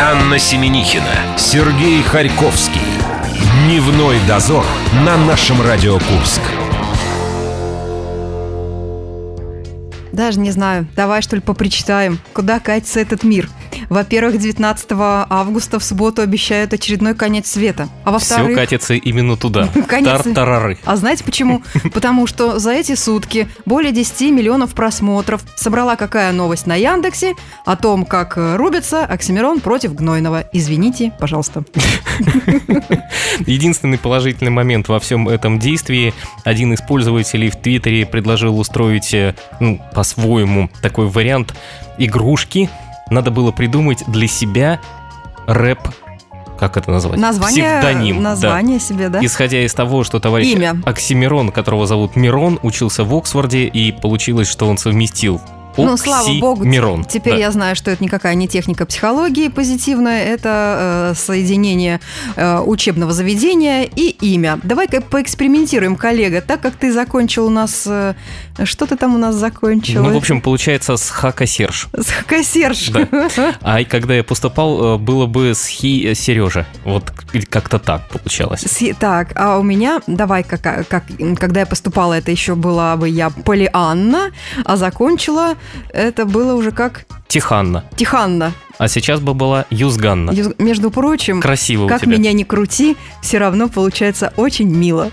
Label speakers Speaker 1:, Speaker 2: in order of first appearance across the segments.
Speaker 1: Анна Семенихина, Сергей Харьковский. Дневной дозор на нашем Радио Курск.
Speaker 2: Даже не знаю. Давай, что ли, попричитаем. Куда катится этот мир? Во-первых, 19 августа в субботу обещают очередной конец света. А во-вторых...
Speaker 3: Все катится именно туда.
Speaker 2: Конец.
Speaker 3: Тартарары.
Speaker 2: А знаете почему? Потому что за эти сутки более 10 миллионов просмотров собрала какая новость на Яндексе о том, как э, рубится Оксимирон против Гнойного. Извините, пожалуйста.
Speaker 3: Единственный положительный момент во всем этом действии один из пользователей в Твиттере предложил устроить, э, ну, по-своему, такой вариант игрушки. Надо было придумать для себя рэп. Как это назвать?
Speaker 2: Название...
Speaker 3: Псевдоним. да.
Speaker 2: Название себе, да?
Speaker 3: Исходя из того, что товарищ
Speaker 2: Имя.
Speaker 3: Оксимирон, которого зовут Мирон, учился в Оксфорде, и получилось, что он совместил
Speaker 2: Ну, слава богу, т-
Speaker 3: Мирон.
Speaker 2: Теперь я знаю, что это никакая не техника психологии позитивная, это э, соединение э, учебного заведения и имя. Давай-ка поэкспериментируем, коллега, так как ты закончил у нас... э, что ты там у нас закончил?
Speaker 3: Ну, в общем, получается с Хака Серж.
Speaker 2: С Хакасерж.
Speaker 3: Да. А и когда я поступал, э, было бы с Хи Сережа. Вот к- или как-то так получалось.
Speaker 2: Си- Так, а у меня, давай, как, как, м, когда я поступала, это еще была бы я Полианна, а закончила это было уже как
Speaker 3: Тиханна.
Speaker 2: Тиханна.
Speaker 3: А сейчас бы была Юзганна.
Speaker 2: Юз- Между прочим,
Speaker 3: Красиво
Speaker 2: как
Speaker 3: у тебя.
Speaker 2: меня ни крути, все равно получается очень мило.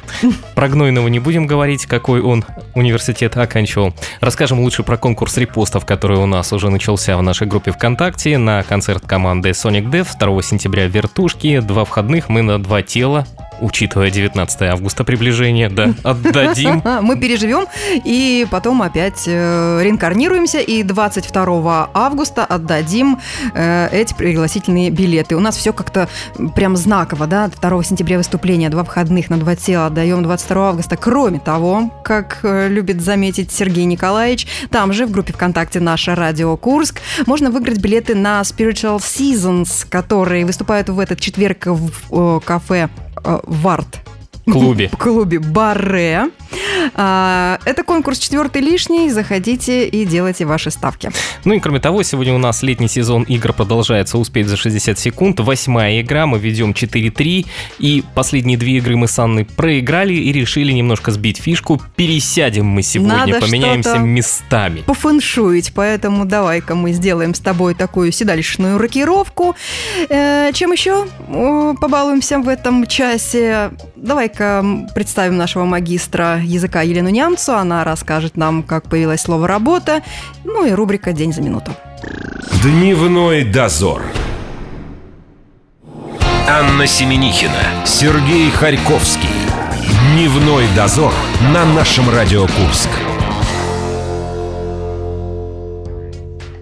Speaker 3: Про Гнойного не будем говорить, какой он университет оканчивал. Расскажем лучше про конкурс репостов, который у нас уже начался в нашей группе ВКонтакте. На концерт команды Sonic Dev 2 сентября в Вертушке. Два входных мы на два тела, учитывая 19 августа приближение, да, отдадим.
Speaker 2: Мы переживем и потом опять э, реинкарнируемся и 22 августа отдадим э, эти пригласительные билеты. У нас все как-то прям знаково, да, 2 сентября выступление, два выходных на два тела отдаем 22 августа. Кроме того, как э, любит заметить Сергей Николаевич, там же в группе ВКонтакте «Наша Радио Курск» можно выиграть билеты на Spiritual Seasons, которые выступают в этот четверг в э, кафе э, «Варт»
Speaker 3: Клубе.
Speaker 2: в клубе Барре. А, Это конкурс четвертый лишний. Заходите и делайте ваши ставки.
Speaker 3: Ну и кроме того, сегодня у нас летний сезон игр продолжается «Успеть за 60 секунд». Восьмая игра, мы ведем 4-3. И последние две игры мы с Анной проиграли и решили немножко сбить фишку. Пересядем мы сегодня,
Speaker 2: Надо
Speaker 3: поменяемся
Speaker 2: что-то.
Speaker 3: местами.
Speaker 2: Пофэншуить, поэтому давай-ка мы сделаем с тобой такую седалищную рокировку. Э, чем еще э, побалуемся в этом часе? Давай-ка м, представим нашего магистра языка Елену Нямцу. Она расскажет нам, как появилось слово «работа». Ну и рубрика «День за минуту».
Speaker 1: Дневной дозор. Анна Семенихина, Сергей Харьковский. Дневной дозор на нашем Радио Курск.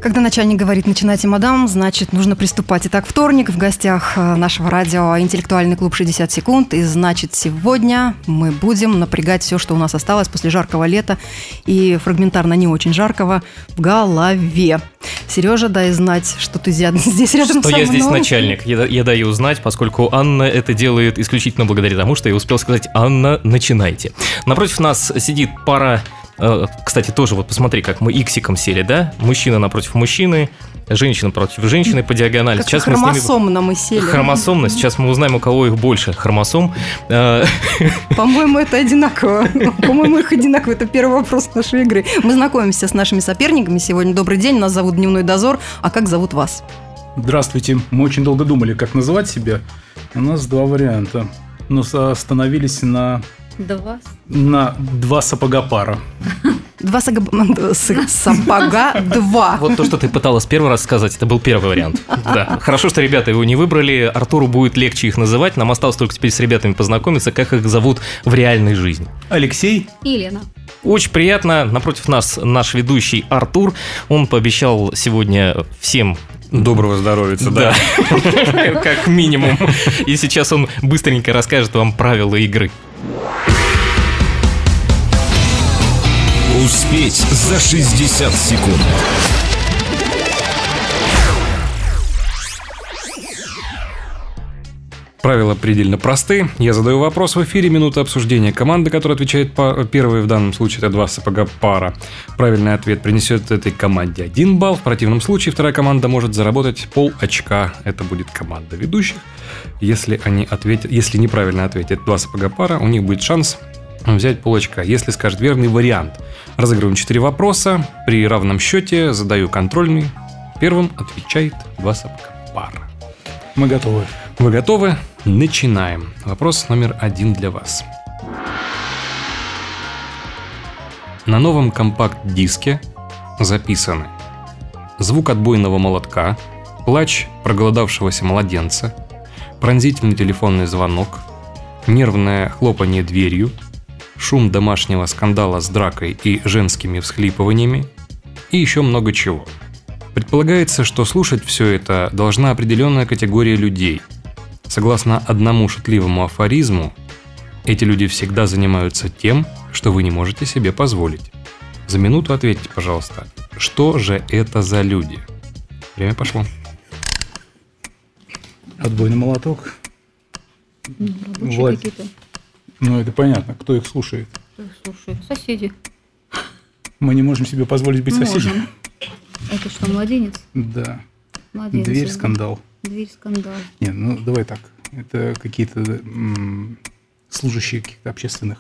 Speaker 2: Когда начальник говорит «начинайте, мадам», значит, нужно приступать. Итак, вторник в гостях э, нашего радио «Интеллектуальный клуб 60 секунд». И значит, сегодня мы будем напрягать все, что у нас осталось после жаркого лета и фрагментарно не очень жаркого в голове. Сережа, дай знать, что ты зя- здесь рядом
Speaker 3: Что
Speaker 2: со
Speaker 3: я здесь
Speaker 2: мной.
Speaker 3: начальник, я, я даю знать, поскольку Анна это делает исключительно благодаря тому, что я успел сказать «Анна, начинайте». Напротив нас сидит пара, э, кстати, тоже вот посмотри, как мы иксиком сели, да? Мужчина напротив мужчины, женщина против женщины по диагонали.
Speaker 2: Как
Speaker 3: Сейчас мы с ними...
Speaker 2: хромосомно мы сели.
Speaker 3: Хромосомно, сейчас мы узнаем, у кого их больше хромосом. Э,
Speaker 2: По-моему, это одинаково. По-моему, их одинаково. Это первый вопрос нашей игры. Мы знакомимся с нашими соперниками сегодня. Добрый день, нас зовут Дневной Дозор. А как зовут вас?
Speaker 4: Здравствуйте. Мы очень долго думали, как называть себя. У нас два варианта. Но со- остановились на,
Speaker 5: Два.
Speaker 4: на два сапога пара.
Speaker 2: Два сага- с- сапога два.
Speaker 3: Вот то, что ты пыталась первый раз сказать, это был первый вариант. Да. Хорошо, что ребята его не выбрали. Артуру будет легче их называть. Нам осталось только теперь с ребятами познакомиться, как их зовут в реальной жизни.
Speaker 4: Алексей,
Speaker 5: И Елена.
Speaker 3: Очень приятно. Напротив нас наш ведущий Артур. Он пообещал сегодня всем
Speaker 6: Доброго здоровья, да.
Speaker 3: как минимум. И сейчас он быстренько расскажет вам правила игры.
Speaker 1: Успеть за 60 секунд.
Speaker 6: Правила предельно просты. Я задаю вопрос в эфире, минута обсуждения. Команда, которая отвечает по первой, в данном случае это два сапога пара. Правильный ответ принесет этой команде один балл. В противном случае вторая команда может заработать пол очка. Это будет команда ведущих. Если они ответят, если неправильно ответят два сапога пара, у них будет шанс взять пол очка, если скажет верный вариант. Разыгрываем 4 вопроса. При равном счете задаю контрольный. Первым отвечает два сапога пара.
Speaker 4: Мы готовы.
Speaker 6: Вы готовы? Начинаем. Вопрос номер один для вас. На новом компакт-диске записаны звук отбойного молотка, плач проголодавшегося младенца, пронзительный телефонный звонок, нервное хлопанье дверью, шум домашнего скандала с дракой и женскими всхлипываниями и еще много чего. Предполагается, что слушать все это должна определенная категория людей. Согласно одному шутливому афоризму, эти люди всегда занимаются тем, что вы не можете себе позволить. За минуту ответьте, пожалуйста, что же это за люди? Время пошло.
Speaker 4: Отбойный молоток.
Speaker 5: Рабочие
Speaker 4: Влад-
Speaker 5: какие-то.
Speaker 4: Ну, это понятно. Кто их слушает?
Speaker 5: Кто их слушает? Соседи.
Speaker 4: Мы не можем себе позволить быть соседями.
Speaker 5: Можем. Это что, младенец?
Speaker 4: Да.
Speaker 5: Младенец.
Speaker 4: Дверь,
Speaker 5: да.
Speaker 4: скандал.
Speaker 5: Дверь скандал.
Speaker 4: Не, ну давай так. Это какие-то м, служащие каких-то общественных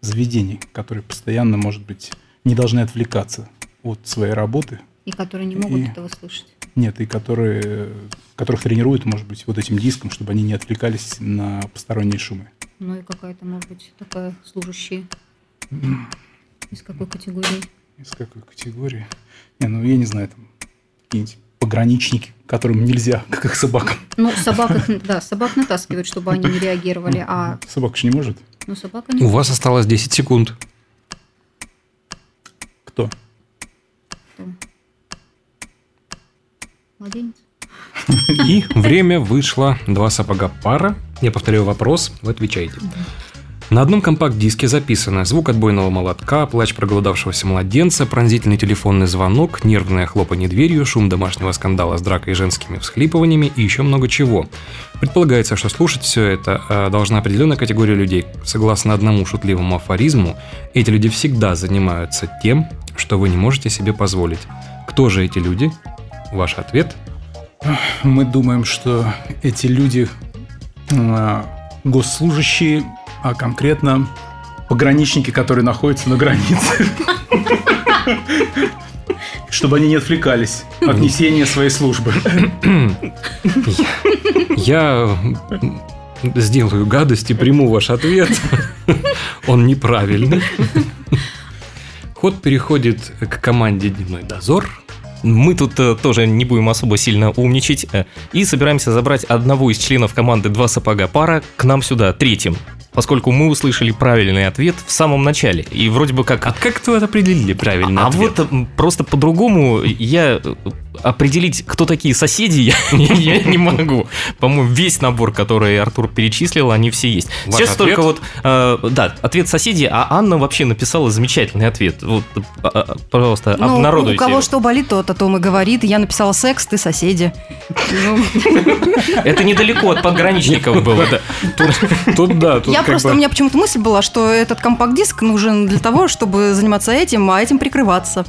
Speaker 4: заведений, которые постоянно, может быть, не должны отвлекаться от своей работы.
Speaker 5: И которые не могут
Speaker 4: И-
Speaker 5: этого слышать.
Speaker 4: Нет, и которые, э, которых тренируют, может быть, вот этим диском, чтобы они не отвлекались на посторонние шумы.
Speaker 5: Ну и какая-то, может быть, такая служащая. Из какой категории?
Speaker 4: Из какой категории? Не, ну я не знаю, там какие-нибудь пограничники, которым нельзя, как их собакам.
Speaker 5: Ну, собак, их- да, собак натаскивают, чтобы они не реагировали, а
Speaker 4: Собака же не может.
Speaker 5: ну, собака
Speaker 6: У
Speaker 5: не...
Speaker 6: вас осталось 10 секунд.
Speaker 4: Кто?
Speaker 5: Младенец.
Speaker 6: И время вышло. Два сапога пара. Я повторяю вопрос, вы отвечаете. На одном компакт-диске записано звук отбойного молотка, плач проголодавшегося младенца, пронзительный телефонный звонок, нервное хлопанье дверью, шум домашнего скандала с дракой и женскими всхлипываниями и еще много чего. Предполагается, что слушать все это э, должна определенная категория людей. Согласно одному шутливому афоризму, эти люди всегда занимаются тем, что вы не можете себе позволить. Кто же эти люди? Ваш ответ
Speaker 4: Мы думаем, что эти люди э, госслужащие, а конкретно пограничники, которые находятся на границе. Чтобы они не отвлекались от несения своей службы.
Speaker 6: Я м, сделаю гадость и приму ваш ответ. Он неправильный. Ход переходит к команде «Дневной дозор».
Speaker 3: Мы тут э, тоже не будем особо сильно умничать э, и собираемся забрать одного из членов команды «Два сапога пара» к нам сюда, третьим, поскольку мы услышали правильный ответ в самом начале. И вроде бы как...
Speaker 6: А как вы определили правильный
Speaker 3: А
Speaker 6: ответ?
Speaker 3: вот м, просто по-другому я э, определить, кто такие соседи, я, я не могу. По-моему, весь набор, который Артур перечислил, они все есть.
Speaker 6: Ваш
Speaker 3: Сейчас
Speaker 6: ответ?
Speaker 3: только вот, э, да, ответ соседи, а Анна вообще написала замечательный ответ. Вот, э, э, пожалуйста,
Speaker 2: Ну,
Speaker 3: обнародуйте.
Speaker 2: у кого
Speaker 3: его.
Speaker 2: что болит, тот о том и говорит. Я написала секс, ты соседи. Ну,
Speaker 3: Это недалеко от пограничников было. да.
Speaker 6: Тут да, тут
Speaker 2: я
Speaker 6: как
Speaker 2: просто, у
Speaker 6: бы-
Speaker 2: меня почему-то мысль была, что этот компакт-диск нужен для того, чтобы заниматься этим, а этим прикрываться.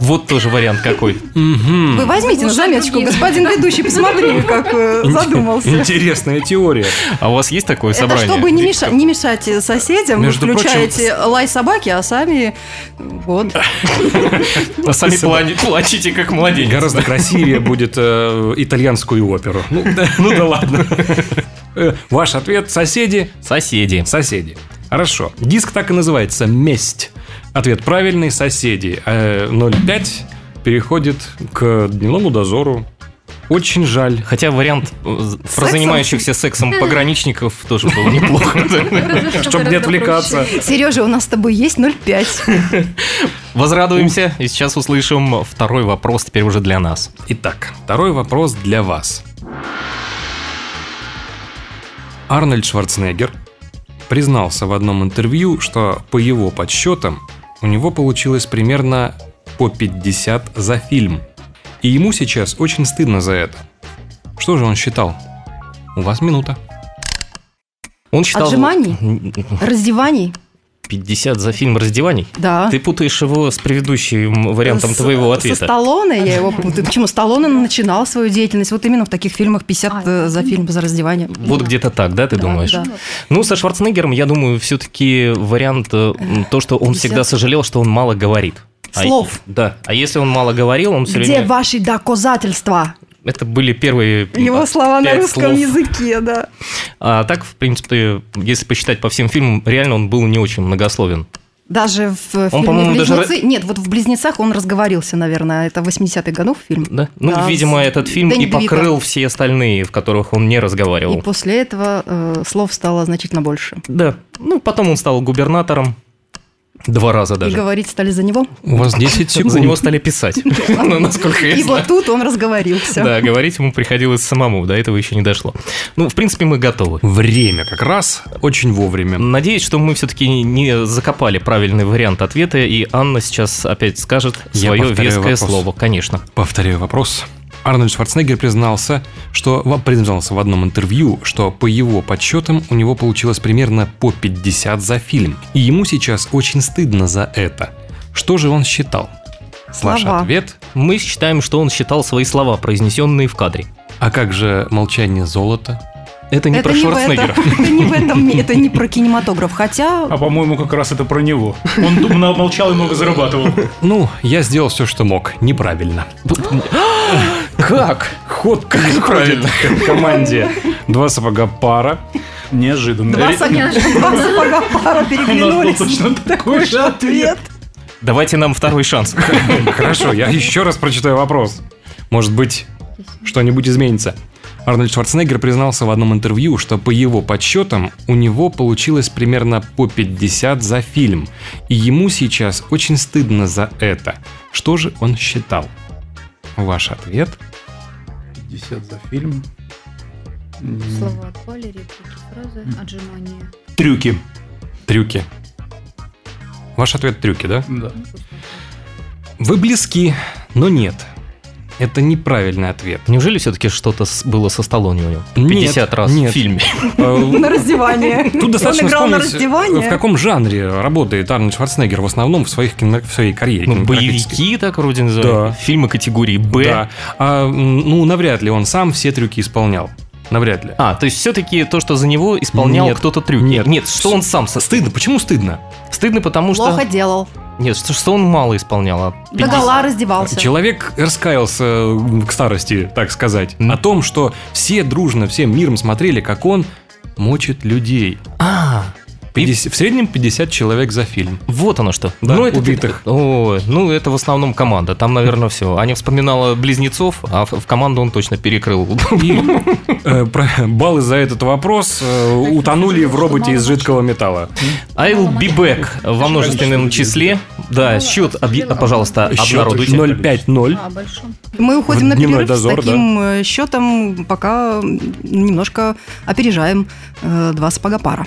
Speaker 3: Вот тоже вариант какой. Хм.
Speaker 6: Мгм.
Speaker 2: Вы возьмите на
Speaker 5: Заглушать
Speaker 2: заметочку,
Speaker 5: других.
Speaker 2: господин ведущий, посмотри, как э, задумался.
Speaker 6: Интересная теория.
Speaker 3: А у вас есть такое
Speaker 2: Это
Speaker 3: собрание?
Speaker 2: чтобы не,
Speaker 3: Виктор?
Speaker 2: меша- не мешать соседям, вы
Speaker 6: Между
Speaker 2: включаете лай собаки, а сами вот.
Speaker 6: Ну,
Speaker 3: А сами пла- плачете, как младенец.
Speaker 6: Гораздо красивее будет э, итальянскую оперу. Ну да, ну да ладно. Э, Ваш ответ – соседи
Speaker 3: Соседи.
Speaker 6: Соседи. Хорошо. Диск так и называется «Месть». Ответ правильный – соседи. Э, 0,5 переходит к дневному дозору. Очень жаль.
Speaker 3: Хотя вариант э, про занимающихся сексом
Speaker 2: Э.
Speaker 3: пограничников тоже был неплохо.
Speaker 6: Чтобы не отвлекаться.
Speaker 2: Сережа, у нас с тобой есть 0,5.
Speaker 3: Возрадуемся и сейчас услышим второй вопрос теперь уже для нас.
Speaker 6: Итак, второй вопрос для вас. Арнольд Шварценеггер признался в одном интервью, что по его подсчетам у него получилось примерно по 50 за фильм. И ему сейчас очень стыдно за это. Что же он считал? У вас минута.
Speaker 3: Он считал...
Speaker 2: Отжиманий? раздеваний.
Speaker 3: 50 за фильм «Раздеваний».
Speaker 2: Да.
Speaker 3: Ты путаешь его с предыдущим вариантом
Speaker 2: Ну, С-
Speaker 3: твоего
Speaker 2: Со
Speaker 3: ответа.
Speaker 2: Сталлоне я его путаю. Почему? Сталлоне начинал свою деятельность вот именно в таких фильмах 50 э, за фильм, за раздевание.
Speaker 3: Вот где-то так, да, ты
Speaker 2: Да,
Speaker 3: думаешь?
Speaker 2: да.
Speaker 3: Ну, со Шварценеггером, я думаю, все-таки вариант э, м, то, что он
Speaker 2: Взял-
Speaker 3: всегда сожалел, что он мало говорит. А-
Speaker 2: Слов.
Speaker 3: да. А если он мало говорил, он все
Speaker 2: Где
Speaker 3: время...
Speaker 2: ваши доказательства?
Speaker 3: Это были первые... м,
Speaker 2: Его
Speaker 3: а,
Speaker 2: слова на
Speaker 3: пять
Speaker 2: русском
Speaker 3: слов.
Speaker 2: языке, да.
Speaker 3: А так, в принципе, если посчитать по всем фильмам, реально он был не очень многословен.
Speaker 2: Даже в э, фильме
Speaker 3: по-моему, даже
Speaker 2: «Близнецы». Нет, вот в «Близнецах» он разговорился, наверное. Это 80-х годов фильм.
Speaker 3: Да? Ну,
Speaker 2: Да,
Speaker 3: видимо,
Speaker 2: с
Speaker 3: этот фильм
Speaker 2: Дэнни
Speaker 3: и
Speaker 2: Девито.
Speaker 3: покрыл все остальные, в которых он не разговаривал.
Speaker 2: И после этого э, слов стало значительно больше.
Speaker 3: Да. Ну, потом он стал губернатором. Два раза
Speaker 2: И
Speaker 3: даже.
Speaker 2: говорить стали за него.
Speaker 6: У вас 10 секунд.
Speaker 3: За него стали писать. Ну, насколько я
Speaker 2: И
Speaker 3: знаю.
Speaker 2: вот тут он разговорился.
Speaker 3: Да, говорить ему приходилось самому, до этого еще не дошло. Ну, в принципе, мы готовы.
Speaker 6: Время как раз очень вовремя.
Speaker 3: Надеюсь, что мы все-таки не закопали правильный вариант ответа, и Анна сейчас опять скажет
Speaker 6: Я
Speaker 3: свое
Speaker 6: повторяю
Speaker 3: веское
Speaker 6: вопрос.
Speaker 3: слово, конечно.
Speaker 6: Повторяю вопрос. Арнольд Шварценеггер признался, что во- признался в одном интервью, что по его подсчетам у него получилось примерно по 50 за фильм. И ему сейчас очень стыдно за это. Что же он считал? Ваш
Speaker 2: Слова.
Speaker 6: ответ?
Speaker 3: Мы считаем, что он считал свои слова, произнесенные в кадре.
Speaker 6: А как же молчание золота?
Speaker 3: Это не про
Speaker 2: в
Speaker 3: Шварценеггера.
Speaker 2: этом- это не в этом, ми- это не про кинематограф. Хотя
Speaker 4: А по-моему, как раз это про него. Он дум- молчал и много зарабатывал.
Speaker 6: Ну, я сделал все, что мог. Неправильно.
Speaker 3: Как?
Speaker 6: Ходка неправильно.
Speaker 4: Команде.
Speaker 6: Два сапога пара.
Speaker 4: Неожиданно.
Speaker 2: два
Speaker 4: Ре-
Speaker 2: сапога, два сапога пара
Speaker 4: У нас был
Speaker 2: переглянулись.
Speaker 6: Ну,
Speaker 4: точно такой же ответ.
Speaker 3: Давайте нам второй шанс.
Speaker 6: Хорошо, я еще раз прочитаю вопрос. Может быть, что-нибудь изменится. Арнольд Шварценеггер признался в одном интервью, что по его подсчетам у него получилось примерно по 50 за фильм. И ему сейчас очень стыдно за это. Что же он считал? Ваш ответ?
Speaker 4: 50 за фильм. М,
Speaker 5: Слова отпали, реплики, фразы, отжимания.
Speaker 4: Трюки.
Speaker 6: Трюки. Ваш ответ трюки, да?
Speaker 4: Да.
Speaker 5: Ну, пусть так.
Speaker 6: Вы близки, но нет. Это неправильный ответ.
Speaker 3: Неужели все-таки что-то с- было со Сталлоне у него?
Speaker 6: Нет,
Speaker 3: 50 раз
Speaker 6: нет.
Speaker 3: в фильме.
Speaker 6: Э,
Speaker 2: На раздевание.
Speaker 6: Тут достаточно
Speaker 2: Он играл на
Speaker 6: вспомнить, э,
Speaker 2: раздевание.
Speaker 6: в каком жанре работает Арнольд Шварценеггер в основном в, своих кино- в своей карьере.
Speaker 3: Ну,
Speaker 6: кинематографической.
Speaker 3: боевики, так вроде называют.
Speaker 6: Да.
Speaker 3: Фильмы категории Б.
Speaker 6: Да. А, м, ну, навряд ли он сам все трюки исполнял. Навряд ли.
Speaker 3: А, то есть все-таки то, что за него исполнял
Speaker 6: Нет.
Speaker 3: кто-то трюки.
Speaker 6: Нет.
Speaker 3: Нет, что он сам... со-
Speaker 6: Стыдно. Почему стыдно?
Speaker 3: Стыдно, потому что...
Speaker 2: Плохо делал.
Speaker 3: Нет, что, что он мало исполнял. а 50.
Speaker 2: Догола раздевался.
Speaker 6: Человек раскаялся э, к старости, так сказать,
Speaker 3: М.
Speaker 6: о том, что все дружно, всем миром смотрели, как он мочит людей.
Speaker 3: А,
Speaker 6: 50 в среднем 50 человек за фильм.
Speaker 3: вот оно что. Ну,
Speaker 6: Да,
Speaker 3: это-
Speaker 6: убитых.
Speaker 3: Ой, ну это в основном команда. Там, наверное, все. Аня вспоминала близнецов, а в, в команду он точно перекрыл.
Speaker 6: И э, про- баллы за этот вопрос э, утонули в роботе из жидкого металла.
Speaker 3: I'll be back во множественном числе. Да, счет, объ- а, пожалуйста,
Speaker 6: Счет
Speaker 3: обнародуйте.
Speaker 6: 0-5-0.
Speaker 5: А, о большом.
Speaker 2: Мы уходим на
Speaker 6: Дневной
Speaker 2: перерыв
Speaker 6: дозор,
Speaker 2: с таким э, счетом, пока м, немножко опережаем э, два сапога пара.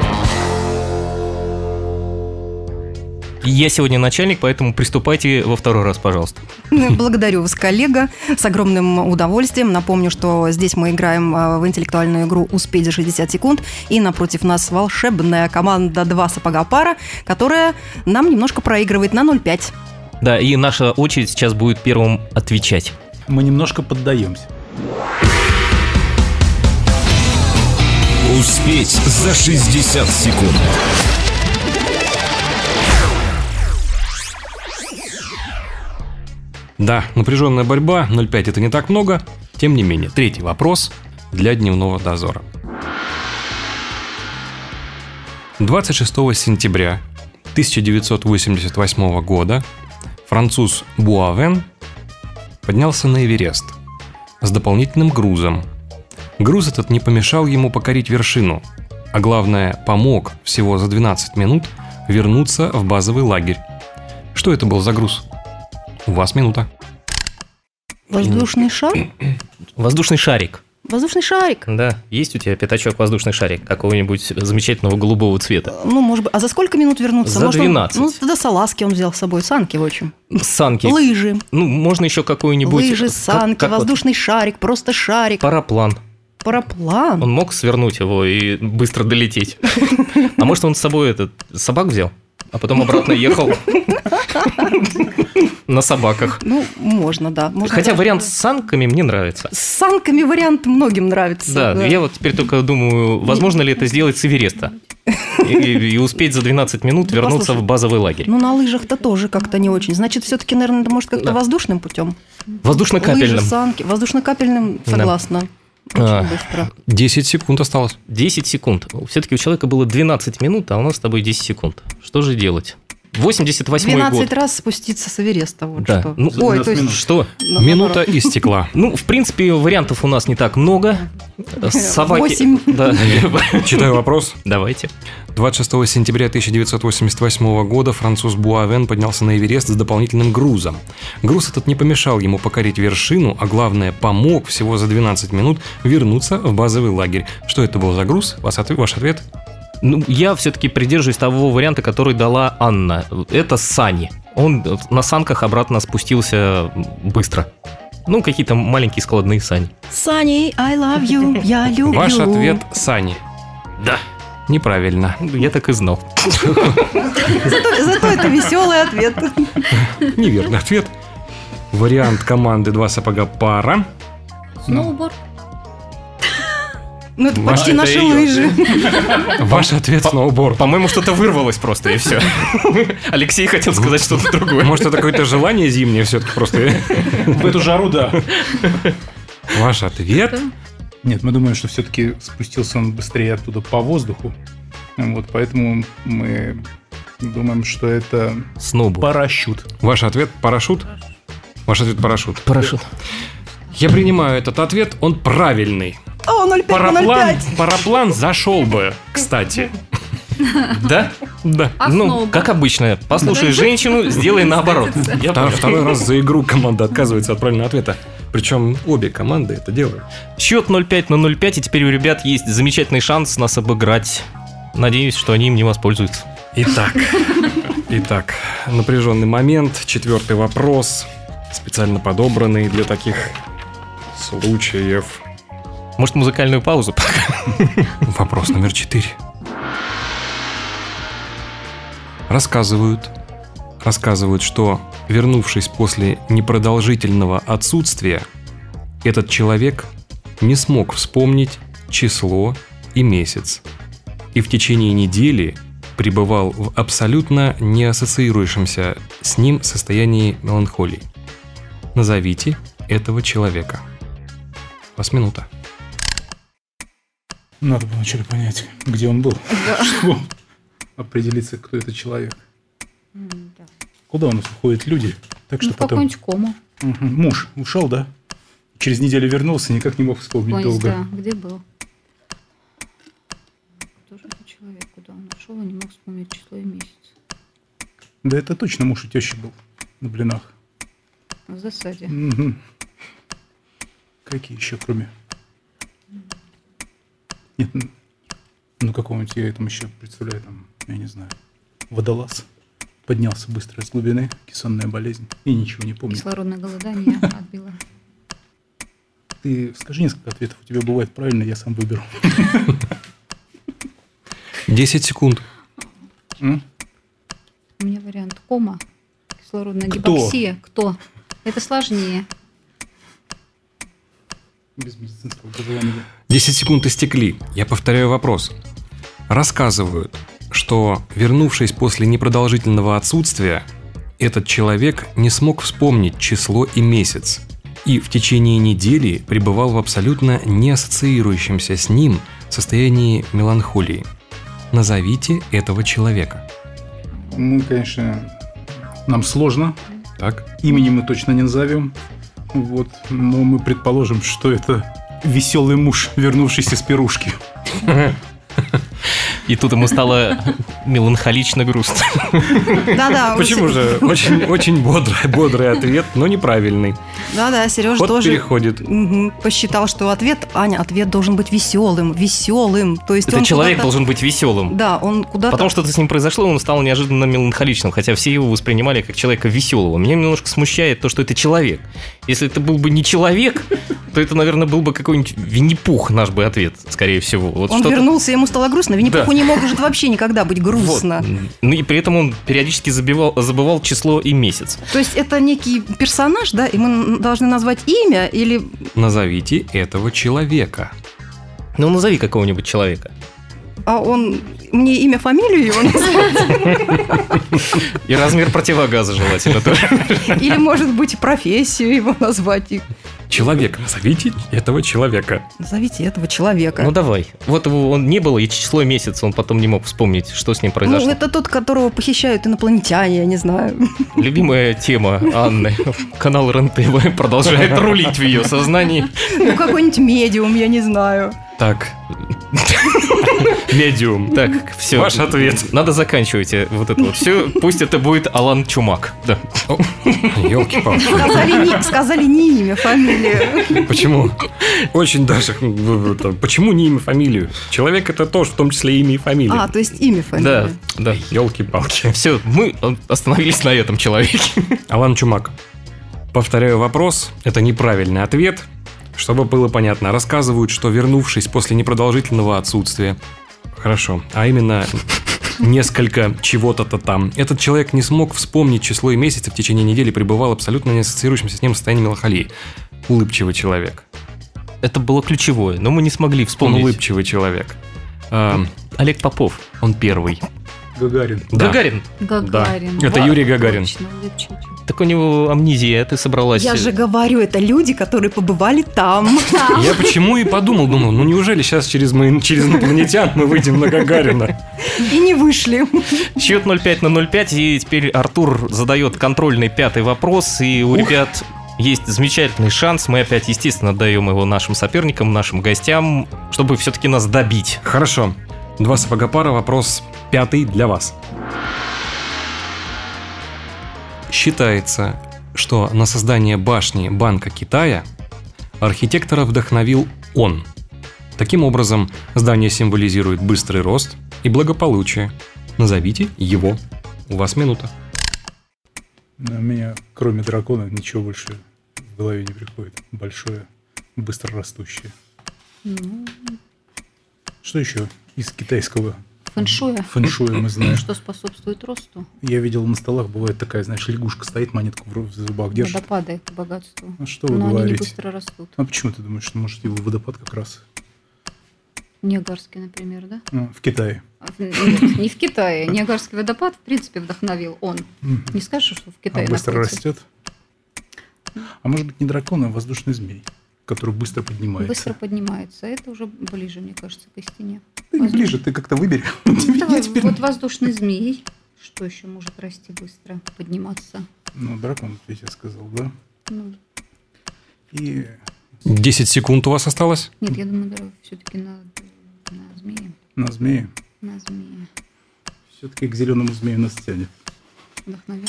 Speaker 3: Я сегодня начальник, поэтому приступайте во второй раз, пожалуйста.
Speaker 2: Ну, Благодарю вас, коллега, с огромным удовольствием. Напомню, что здесь мы играем э, в интеллектуальную игру «Успеть за 60 секунд», и напротив нас волшебная команда «Два сапога пара», которая нам немножко проигрывает на 0,5.
Speaker 3: Да, и наша очередь сейчас будет первым отвечать.
Speaker 4: Мы немножко поддаемся.
Speaker 1: Успеть за 60 секунд.
Speaker 6: Да, напряженная борьба, 0,5 это не так много. Тем не менее, третий вопрос для дневного дозора. 26 сентября 1988 года француз Буавен поднялся на Эверест с дополнительным грузом. Груз этот не помешал ему покорить вершину, а главное, помог всего за 12 минут вернуться в базовый лагерь. Что это был за груз? У вас минута.
Speaker 2: Воздушный шар?
Speaker 3: Воздушный шарик.
Speaker 2: Воздушный шарик.
Speaker 3: Да. Есть у тебя пятачок воздушный шарик какого-нибудь замечательного голубого цвета?
Speaker 2: Ну, может быть. А за сколько минут вернуться?
Speaker 3: За
Speaker 2: Может, он-
Speaker 3: 12.
Speaker 2: ну, тогда салазки он взял с собой, санки, в общем.
Speaker 3: Санки.
Speaker 2: Лыжи.
Speaker 3: Ну, можно еще какую-нибудь...
Speaker 2: Лыжи,
Speaker 3: как-
Speaker 2: санки,
Speaker 3: как вот
Speaker 2: воздушный шарик, просто шарик,
Speaker 3: Параплан.
Speaker 2: параплан.
Speaker 3: Он мог свернуть его и быстро долететь. А может, он с собой этот собак взял, а потом обратно ехал на собаках.
Speaker 2: Ну, можно, да. можно
Speaker 3: Хотя
Speaker 2: даже.
Speaker 3: вариант с санками мне нравится.
Speaker 2: С санками вариант многим нравится.
Speaker 3: Да,
Speaker 2: да.
Speaker 3: я вот теперь только думаю, возможно ли это сделать с Эвереста? И, и успеть за 12 минут
Speaker 2: Да
Speaker 3: вернуться
Speaker 2: Ну, послушай.
Speaker 3: в базовый лагерь.
Speaker 2: Ну, на лыжах-то тоже как-то не очень. Значит, все-таки, наверное, это может как-то
Speaker 3: Да.
Speaker 2: воздушным путем. Лыжи,
Speaker 3: Воздушно-капельным.
Speaker 2: санки. Воздушно-капельным,
Speaker 3: Да.
Speaker 2: согласна.
Speaker 3: А.
Speaker 2: Очень быстро.
Speaker 6: 10 секунд осталось.
Speaker 3: 10 секунд. Все-таки у человека было 12 минут, а у нас с тобой 10 секунд. Что же делать? 88
Speaker 2: 12
Speaker 3: год.
Speaker 2: раз спуститься с Эвереста, вот
Speaker 3: Да.
Speaker 2: что.
Speaker 3: Ну,
Speaker 2: Ой, то
Speaker 4: 12
Speaker 2: есть...
Speaker 4: минут.
Speaker 3: Что?
Speaker 2: на-
Speaker 6: Минута истекла.
Speaker 3: Ну, в принципе, вариантов у нас не так много. Собаки...
Speaker 2: Восемь.
Speaker 3: Да.
Speaker 6: Читаю вопрос.
Speaker 3: Давайте.
Speaker 6: 26 сентября 1988 года француз Буавен поднялся на Эверест с дополнительным грузом. Груз этот не помешал ему покорить вершину, а главное, помог всего за 12 минут вернуться в базовый лагерь. Что это был за груз? Вас отв- Ваш ответ?
Speaker 3: Ну, я все-таки придерживаюсь того варианта, который дала Анна. Это сани. Он э, на санках обратно спустился быстро. Ну, какие-то маленькие складные сани.
Speaker 2: Sunny, I love you, я люблю.
Speaker 6: Ваш ответ Сани.
Speaker 3: Да.
Speaker 6: Неправильно.
Speaker 3: Я так и знал.
Speaker 2: Зато, зато это веселый ответ.
Speaker 6: Неверный ответ. Вариант команды «Два сапога пара».
Speaker 5: Сноуборд.
Speaker 2: Ну, это
Speaker 6: Маша,
Speaker 2: почти
Speaker 3: это
Speaker 2: наши
Speaker 3: её.
Speaker 2: лыжи.
Speaker 6: Ваш ответ сноуборд.
Speaker 3: По-моему, что-то вырвалось просто, и все. Алексей хотел сказать что-то другое.
Speaker 6: Может, это какое-то желание зимнее все-таки просто.
Speaker 4: В эту жару, да.
Speaker 6: Ваш ответ?
Speaker 4: Нет, мы думаем, что все-таки спустился он быстрее оттуда по воздуху. Вот, поэтому мы думаем, что это
Speaker 3: Сноуборд.
Speaker 4: парашют.
Speaker 6: Ваш ответ парашют? Ваш ответ парашют.
Speaker 3: Парашют.
Speaker 6: Я принимаю этот ответ, он правильный.
Speaker 2: О, 0505.
Speaker 6: Параплан, параплан зашел бы, кстати.
Speaker 3: Да?
Speaker 6: Да.
Speaker 5: А
Speaker 3: Ну,
Speaker 5: сноуборд?
Speaker 3: как обычно. Послушай женщину, сделай наоборот. Я
Speaker 6: Втор-
Speaker 3: понял.
Speaker 6: Второй раз за игру команда отказывается от правильного ответа. Причем обе команды это делают.
Speaker 3: Счет 0-5 на 0-5, и теперь у ребят есть замечательный шанс нас обыграть. Надеюсь, что они им не воспользуются.
Speaker 6: Итак, итак, напряженный момент, четвертый вопрос, специально подобранный для таких случаев.
Speaker 3: Может, музыкальную паузу?
Speaker 6: Вопрос номер четыре. Рассказывают, рассказывают, что, вернувшись после непродолжительного отсутствия, этот человек не смог вспомнить число и месяц. И в течение недели пребывал в абсолютно не ассоциирующемся с ним состоянии меланхолии. Назовите этого человека. У вас минута.
Speaker 4: Надо было вначале понять, где он был, чтобы определиться, кто это человек.
Speaker 5: М, да.
Speaker 4: Куда у нас уходят люди? Так Ну. что
Speaker 5: Ну, в
Speaker 4: потом...
Speaker 5: какую-нибудь кому.
Speaker 4: Мгм. Муж ушел, да? Через неделю вернулся, никак не мог вспомнить
Speaker 5: Понять,
Speaker 4: долго.
Speaker 5: да, где был. Кто же это человек, куда он ушел, и не мог вспомнить число и месяц.
Speaker 4: Да это точно муж у тещи был на блинах.
Speaker 5: В засаде.
Speaker 4: Мгм. Какие еще, кроме... Нет, ну, ну какого-нибудь я там еще представляю, там, я не знаю, водолаз. Поднялся быстро из глубины, кессонная болезнь, и ничего не помню.
Speaker 5: Кислородное голодание отбило.
Speaker 4: Ты скажи несколько ответов, у тебя бывает правильно, я сам выберу.
Speaker 6: 10 секунд.
Speaker 4: М?
Speaker 5: У меня вариант кома, кислородная
Speaker 4: Кто?
Speaker 5: гипоксия. Кто? Это сложнее.
Speaker 4: Без медицинского образования.
Speaker 6: 10 секунд истекли. Я повторяю вопрос. Рассказывают, что, вернувшись после непродолжительного отсутствия, этот человек не смог вспомнить число и месяц. И в течение недели пребывал в абсолютно не ассоциирующемся с ним состоянии меланхолии. Назовите этого человека.
Speaker 4: Мы, Ну, конечно, нам сложно,
Speaker 6: Так.
Speaker 4: имени мы точно не назовем, вот, но мы предположим, что это веселый муж, вернувшийся с пирушки.
Speaker 3: И тут ему стало меланхолично грустно.
Speaker 2: Да-да. у
Speaker 6: Почему
Speaker 2: Се-
Speaker 6: же? Очень, очень бодрый, бодрый ответ, но неправильный.
Speaker 2: Да-да, Сережа
Speaker 6: Вот
Speaker 2: тоже
Speaker 6: переходит.
Speaker 2: мгм, посчитал, что ответ, Аня, ответ должен быть веселым, веселым. То есть
Speaker 3: Этот
Speaker 2: он
Speaker 3: человек
Speaker 2: куда-то-
Speaker 3: должен быть веселым.
Speaker 2: Да, он куда-то...
Speaker 3: Потом что-то с ним произошло, он стал неожиданно меланхоличным, хотя все его воспринимали как человека веселого. Меня немножко смущает то, что это человек. Если это был бы не человек, то это, наверное, был бы какой-нибудь Винни-Пух наш бы ответ, скорее всего. Вот
Speaker 2: он
Speaker 3: что-то-
Speaker 2: вернулся, ему стало грустно. Винни-Пуху не может вообще никогда быть грустно.
Speaker 3: Вот. Ну и при этом он периодически забивал, забывал число и месяц.
Speaker 2: То есть это некий персонаж, да, и мы н- должны назвать имя или...
Speaker 6: Назовите этого человека.
Speaker 3: Ну назови какого-нибудь человека.
Speaker 2: А он... Мне имя, фамилию его назвать?
Speaker 3: И размер противогаза желательно тоже.
Speaker 2: Или, может быть, профессию его назвать? И
Speaker 6: Человек, назовите этого человека.
Speaker 2: Назовите этого человека.
Speaker 3: Ну давай. Вот его он не было, и число и месяц он потом не мог вспомнить, что с ним
Speaker 2: Ну,
Speaker 3: произошло.
Speaker 2: это тот, которого похищают инопланетяне, я не знаю.
Speaker 3: Любимая тема Анны. Канал РЕН-ТВ продолжает рулить в ее сознании.
Speaker 2: Ну, какой-нибудь медиум, я не знаю.
Speaker 6: Так. Медиум.
Speaker 3: Так, все.
Speaker 6: Ваш ответ.
Speaker 3: Надо заканчивать э, вот это вот все. Пусть это будет Алан Чумак. Да.
Speaker 6: Елки-палки.
Speaker 2: Сказали не, сказали не имя, фамилию.
Speaker 6: Почему? Очень даже... м, там, Почему не имя, фамилию? Человек это тоже, в том числе имя и
Speaker 2: А,
Speaker 6: фамилия.
Speaker 2: то есть имя, фамилия.
Speaker 3: Да, да.
Speaker 6: Елки-палки.
Speaker 3: Все, мы э, остановились на этом человеке.
Speaker 6: Алан Чумак. Повторяю вопрос. Это неправильный ответ. Чтобы было понятно, рассказывают, что вернувшись после непродолжительного отсутствия, хорошо, а именно несколько чего-то-то там, этот человек не смог вспомнить число и месяц и в течение недели пребывал абсолютно не ассоциирующимся с ним в состоянии меланхолии. Улыбчивый человек.
Speaker 3: Это было ключевое, но мы не смогли
Speaker 6: Он
Speaker 3: вспомнить.
Speaker 6: улыбчивый человек. Эм,
Speaker 3: Олег Попов.
Speaker 6: он первый.
Speaker 4: Гагарин.
Speaker 6: Да.
Speaker 3: Гагарин.
Speaker 5: Гагарин.
Speaker 6: Это
Speaker 5: Ва-
Speaker 6: Юрий Гагарин.
Speaker 5: Точно, улыбчивый человек.
Speaker 3: Так у него амнезия, а ты собралась.
Speaker 2: Я же говорю, это люди, которые побывали там.
Speaker 6: Я почему и подумал, думал, ну неужели сейчас через, мы, через инопланетян мы выйдем на Гагарина?
Speaker 2: И не вышли.
Speaker 3: Счет 0-5 на 0-5, и теперь Артур задает контрольный пятый вопрос, и у ребят есть замечательный шанс. Мы опять, естественно, даем его нашим соперникам, нашим гостям, чтобы все-таки нас добить.
Speaker 6: Хорошо. Два сапога пара, вопрос пятый для вас. Считается, что на создание башни Банка Китая архитектора вдохновил он. Таким образом, здание символизирует быстрый рост и благополучие. Назовите его. У вас минута.
Speaker 4: Но У меня, кроме дракона, ничего больше в голове не приходит. Большое, быстро растущее.
Speaker 5: Ну,
Speaker 4: Что еще из китайского
Speaker 5: фэншуя.
Speaker 4: фэншуя мы знаем?
Speaker 5: Что способствует росту,
Speaker 4: Я видел на столах, бывает такая, знаешь, лягушка стоит, монетку в ру- в зубах держит.
Speaker 5: водопады к богатству.
Speaker 4: А что вы
Speaker 5: Но они не
Speaker 4: говорите?
Speaker 5: быстро растут.
Speaker 4: А почему ты думаешь, что может его водопад как раз
Speaker 5: Ниагарский, например, да?
Speaker 4: а, в Китае?
Speaker 5: А, нет, Не в Китае. Ниагарский водопад, в принципе, вдохновил он.
Speaker 4: Мгм.
Speaker 5: Не скажешь, что в
Speaker 4: А
Speaker 5: Китае
Speaker 4: быстро
Speaker 5: находится?
Speaker 4: растет? А может быть не дракон, а воздушный змей, который быстро поднимается.
Speaker 5: Быстро поднимается. Это уже ближе, мне кажется, к истине.
Speaker 4: Ты не ближе, ты как-то выбери.
Speaker 5: Ну,
Speaker 4: Я
Speaker 5: давай,
Speaker 4: теперь-
Speaker 5: Вот воздушный змей. Что еще может расти быстро, подниматься?
Speaker 4: Ну, дракон, ты я сказал, да?
Speaker 5: Ну,
Speaker 4: И
Speaker 6: 10 секунд у вас осталось.
Speaker 5: нет, я думаю, все-таки на, на змеи.
Speaker 4: на змея.
Speaker 5: На змеи.
Speaker 4: Все-таки к зеленому змею нас тянет.
Speaker 5: Вдохновил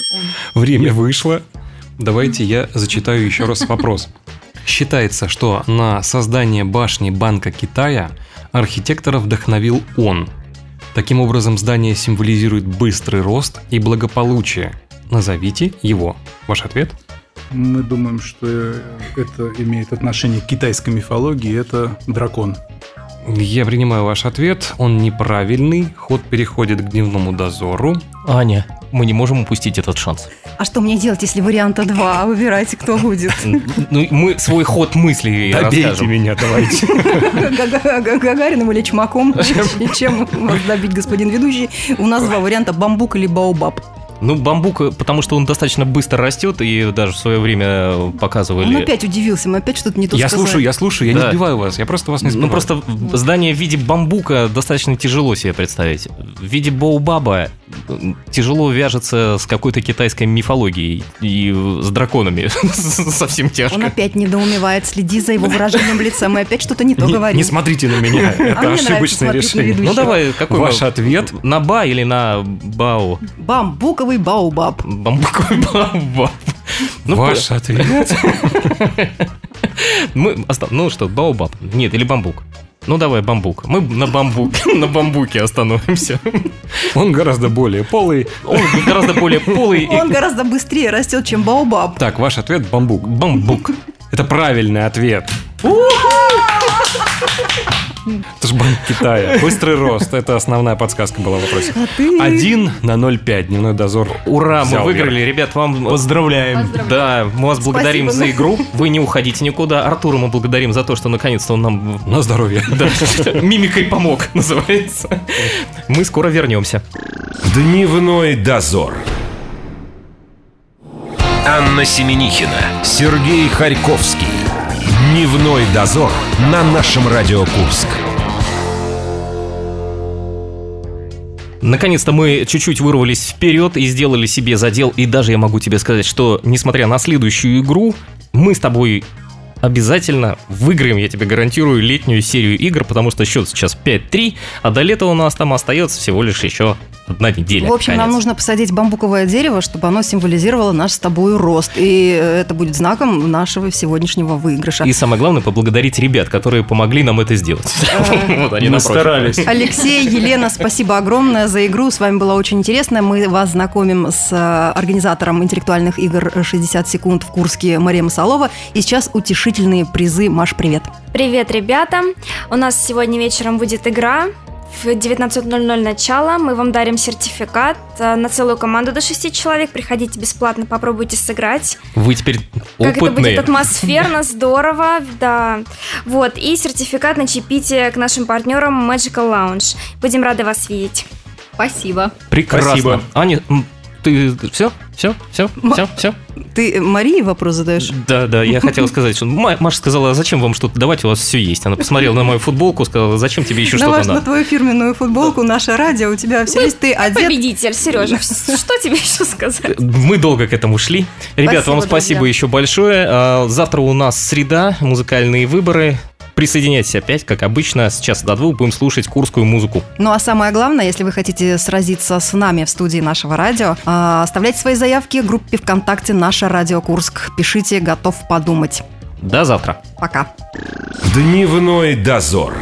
Speaker 5: он.
Speaker 6: Время вышло. Давайте я зачитаю еще раз вопрос. Считается, что на создание башни Банка Китая архитектора вдохновил он. Таким образом, здание символизирует быстрый рост и благополучие. Назовите его. Ваш ответ?
Speaker 4: Мы думаем, что э, это имеет отношение к китайской мифологии. Это дракон.
Speaker 6: Я принимаю ваш ответ. Он неправильный. Ход переходит к дневному дозору.
Speaker 3: Аня, мы не можем упустить этот шанс.
Speaker 2: А что мне делать, если варианта два? Выбирайте, кто будет.
Speaker 3: Ну, мы свой ход мыслей расскажем.
Speaker 6: меня, давайте.
Speaker 2: Гага- Га- Гагарином или Чмаком? Чем- Чем вас добить, господин ведущий? У нас два варианта – бамбук или баобаб.
Speaker 3: Ну, бамбук, э, потому что он достаточно быстро растет, и даже в свое время э,
Speaker 2: Он
Speaker 3: показывали...
Speaker 2: опять удивился, мы опять что-то не то
Speaker 6: Я
Speaker 2: сказали.
Speaker 6: слушаю, я слушаю, я не
Speaker 3: Да.
Speaker 6: сбиваю вас. Я просто вас не сбиваю.
Speaker 3: Ну, просто в- здание в виде бамбука достаточно тяжело себе представить. В виде боубаба тяжело вяжется с какой-то китайской мифологией и с драконами. Совсем
Speaker 2: Он
Speaker 3: тяжко.
Speaker 2: опять недоумевает, следи за его выражением лица. Мы опять что-то не то
Speaker 6: Не,
Speaker 2: говорим.
Speaker 6: не смотрите на меня, это
Speaker 2: мне нравится
Speaker 6: ошибочное
Speaker 2: смотреть на
Speaker 6: решение.
Speaker 2: ведущего.
Speaker 3: Ну давай, какой
Speaker 6: Ваш
Speaker 3: мы-
Speaker 6: ответ?
Speaker 3: На ба или на бау?
Speaker 2: Бамбуковый баобаб.
Speaker 3: Бамбуковый баобаб. Ну,
Speaker 6: Ваш ответ?
Speaker 3: Мы оста- Ну что, баобаб? Нет, или бамбук. Ну давай, бамбук. Мы на бамбук, на бамбуке остановимся.
Speaker 6: Он гораздо более полый.
Speaker 3: Он гораздо более полый и
Speaker 2: Он гораздо быстрее растет, чем баобаб.
Speaker 6: Так, ваш ответ бамбук.
Speaker 3: бамбук.
Speaker 6: Это правильный ответ. Это же Банк Китая. Быстрый рост. Это основная подсказка была в вопросе. Один на 0,5. Дневной дозор.
Speaker 3: Ура, мы
Speaker 6: взял
Speaker 3: выиграли. Ребят, вам поздравляем. Да, мы вас благодарим за игру. Вы не уходите никуда. Артура мы благодарим за то, что наконец-то он нам
Speaker 6: верх. На здоровье.
Speaker 3: да, мимикой помог, называется. Мы скоро вернемся.
Speaker 1: Дневной дозор. Анна Семенихина, Сергей Харьковский. Дневной дозор на нашем Радио Курск.
Speaker 3: Наконец-то мы чуть-чуть вырвались вперед и сделали себе задел. И даже я могу тебе сказать, что несмотря на следующую игру, мы с тобой обязательно выиграем, я тебе гарантирую, летнюю серию игр, потому что счет сейчас 5-3, а до лета у нас там остается всего лишь еще одна неделя.
Speaker 2: В общем, нам
Speaker 3: Конец.
Speaker 2: нужно посадить бамбуковое дерево, чтобы оно символизировало наш с тобой рост. И э, это будет знаком нашего сегодняшнего выигрыша.
Speaker 3: И самое главное, поблагодарить ребят, которые помогли нам это сделать. Вот они
Speaker 7: Мы
Speaker 3: напротив.
Speaker 7: старались.
Speaker 2: Алексей, Елена, спасибо огромное за игру. С вами было очень интересно. Мы вас знакомим с э, организатором интеллектуальных игр «60 секунд» в Курске Мария Масалова. И сейчас утешительные призы. Маш, привет.
Speaker 8: Привет, ребята! У нас сегодня вечером будет игра. В 19.00 начало мы вам дарим сертификат э, на целую команду до 6 человек. Приходите бесплатно, попробуйте сыграть.
Speaker 3: Вы теперь
Speaker 8: Как это будет
Speaker 3: опытные.
Speaker 8: атмосферно, здорово, да. Вот, и сертификат на чаепитие к нашим партнерам Magical Lounge. Будем рады вас видеть.
Speaker 5: Спасибо.
Speaker 3: Прекрасно.
Speaker 7: Спасибо.
Speaker 3: Аня, м, ты все? Все? Все?
Speaker 2: Ма-
Speaker 3: Все? Все?
Speaker 2: Ты э, Марии вопрос задаешь?
Speaker 3: Да, да, я хотел сказать, что Ма- Маша сказала, «А зачем вам что-то давать, у вас все есть. Она посмотрела на мою футболку, сказала, зачем тебе еще
Speaker 2: Давай
Speaker 3: что-то
Speaker 2: ж на
Speaker 3: надо.
Speaker 2: твою фирменную футболку, наше радио, у тебя все есть, ты одет.
Speaker 8: Победитель, Сережа, что тебе еще сказать?
Speaker 3: Мы долго к этому шли. Ребят,
Speaker 2: Спасибо,
Speaker 3: вам спасибо
Speaker 2: друзья.
Speaker 3: еще большое. А, Завтра у нас среда, музыкальные выборы. Присоединяйтесь опять, как обычно, с часа до двух будем слушать курскую музыку.
Speaker 2: Ну а самое главное, если вы хотите сразиться с нами в студии нашего радио, а, оставляйте свои заявки в группе ВКонтакте «Наша Радио Курск». Пишите «Готов подумать».
Speaker 3: До завтра.
Speaker 2: Пока.
Speaker 1: Дневной дозор.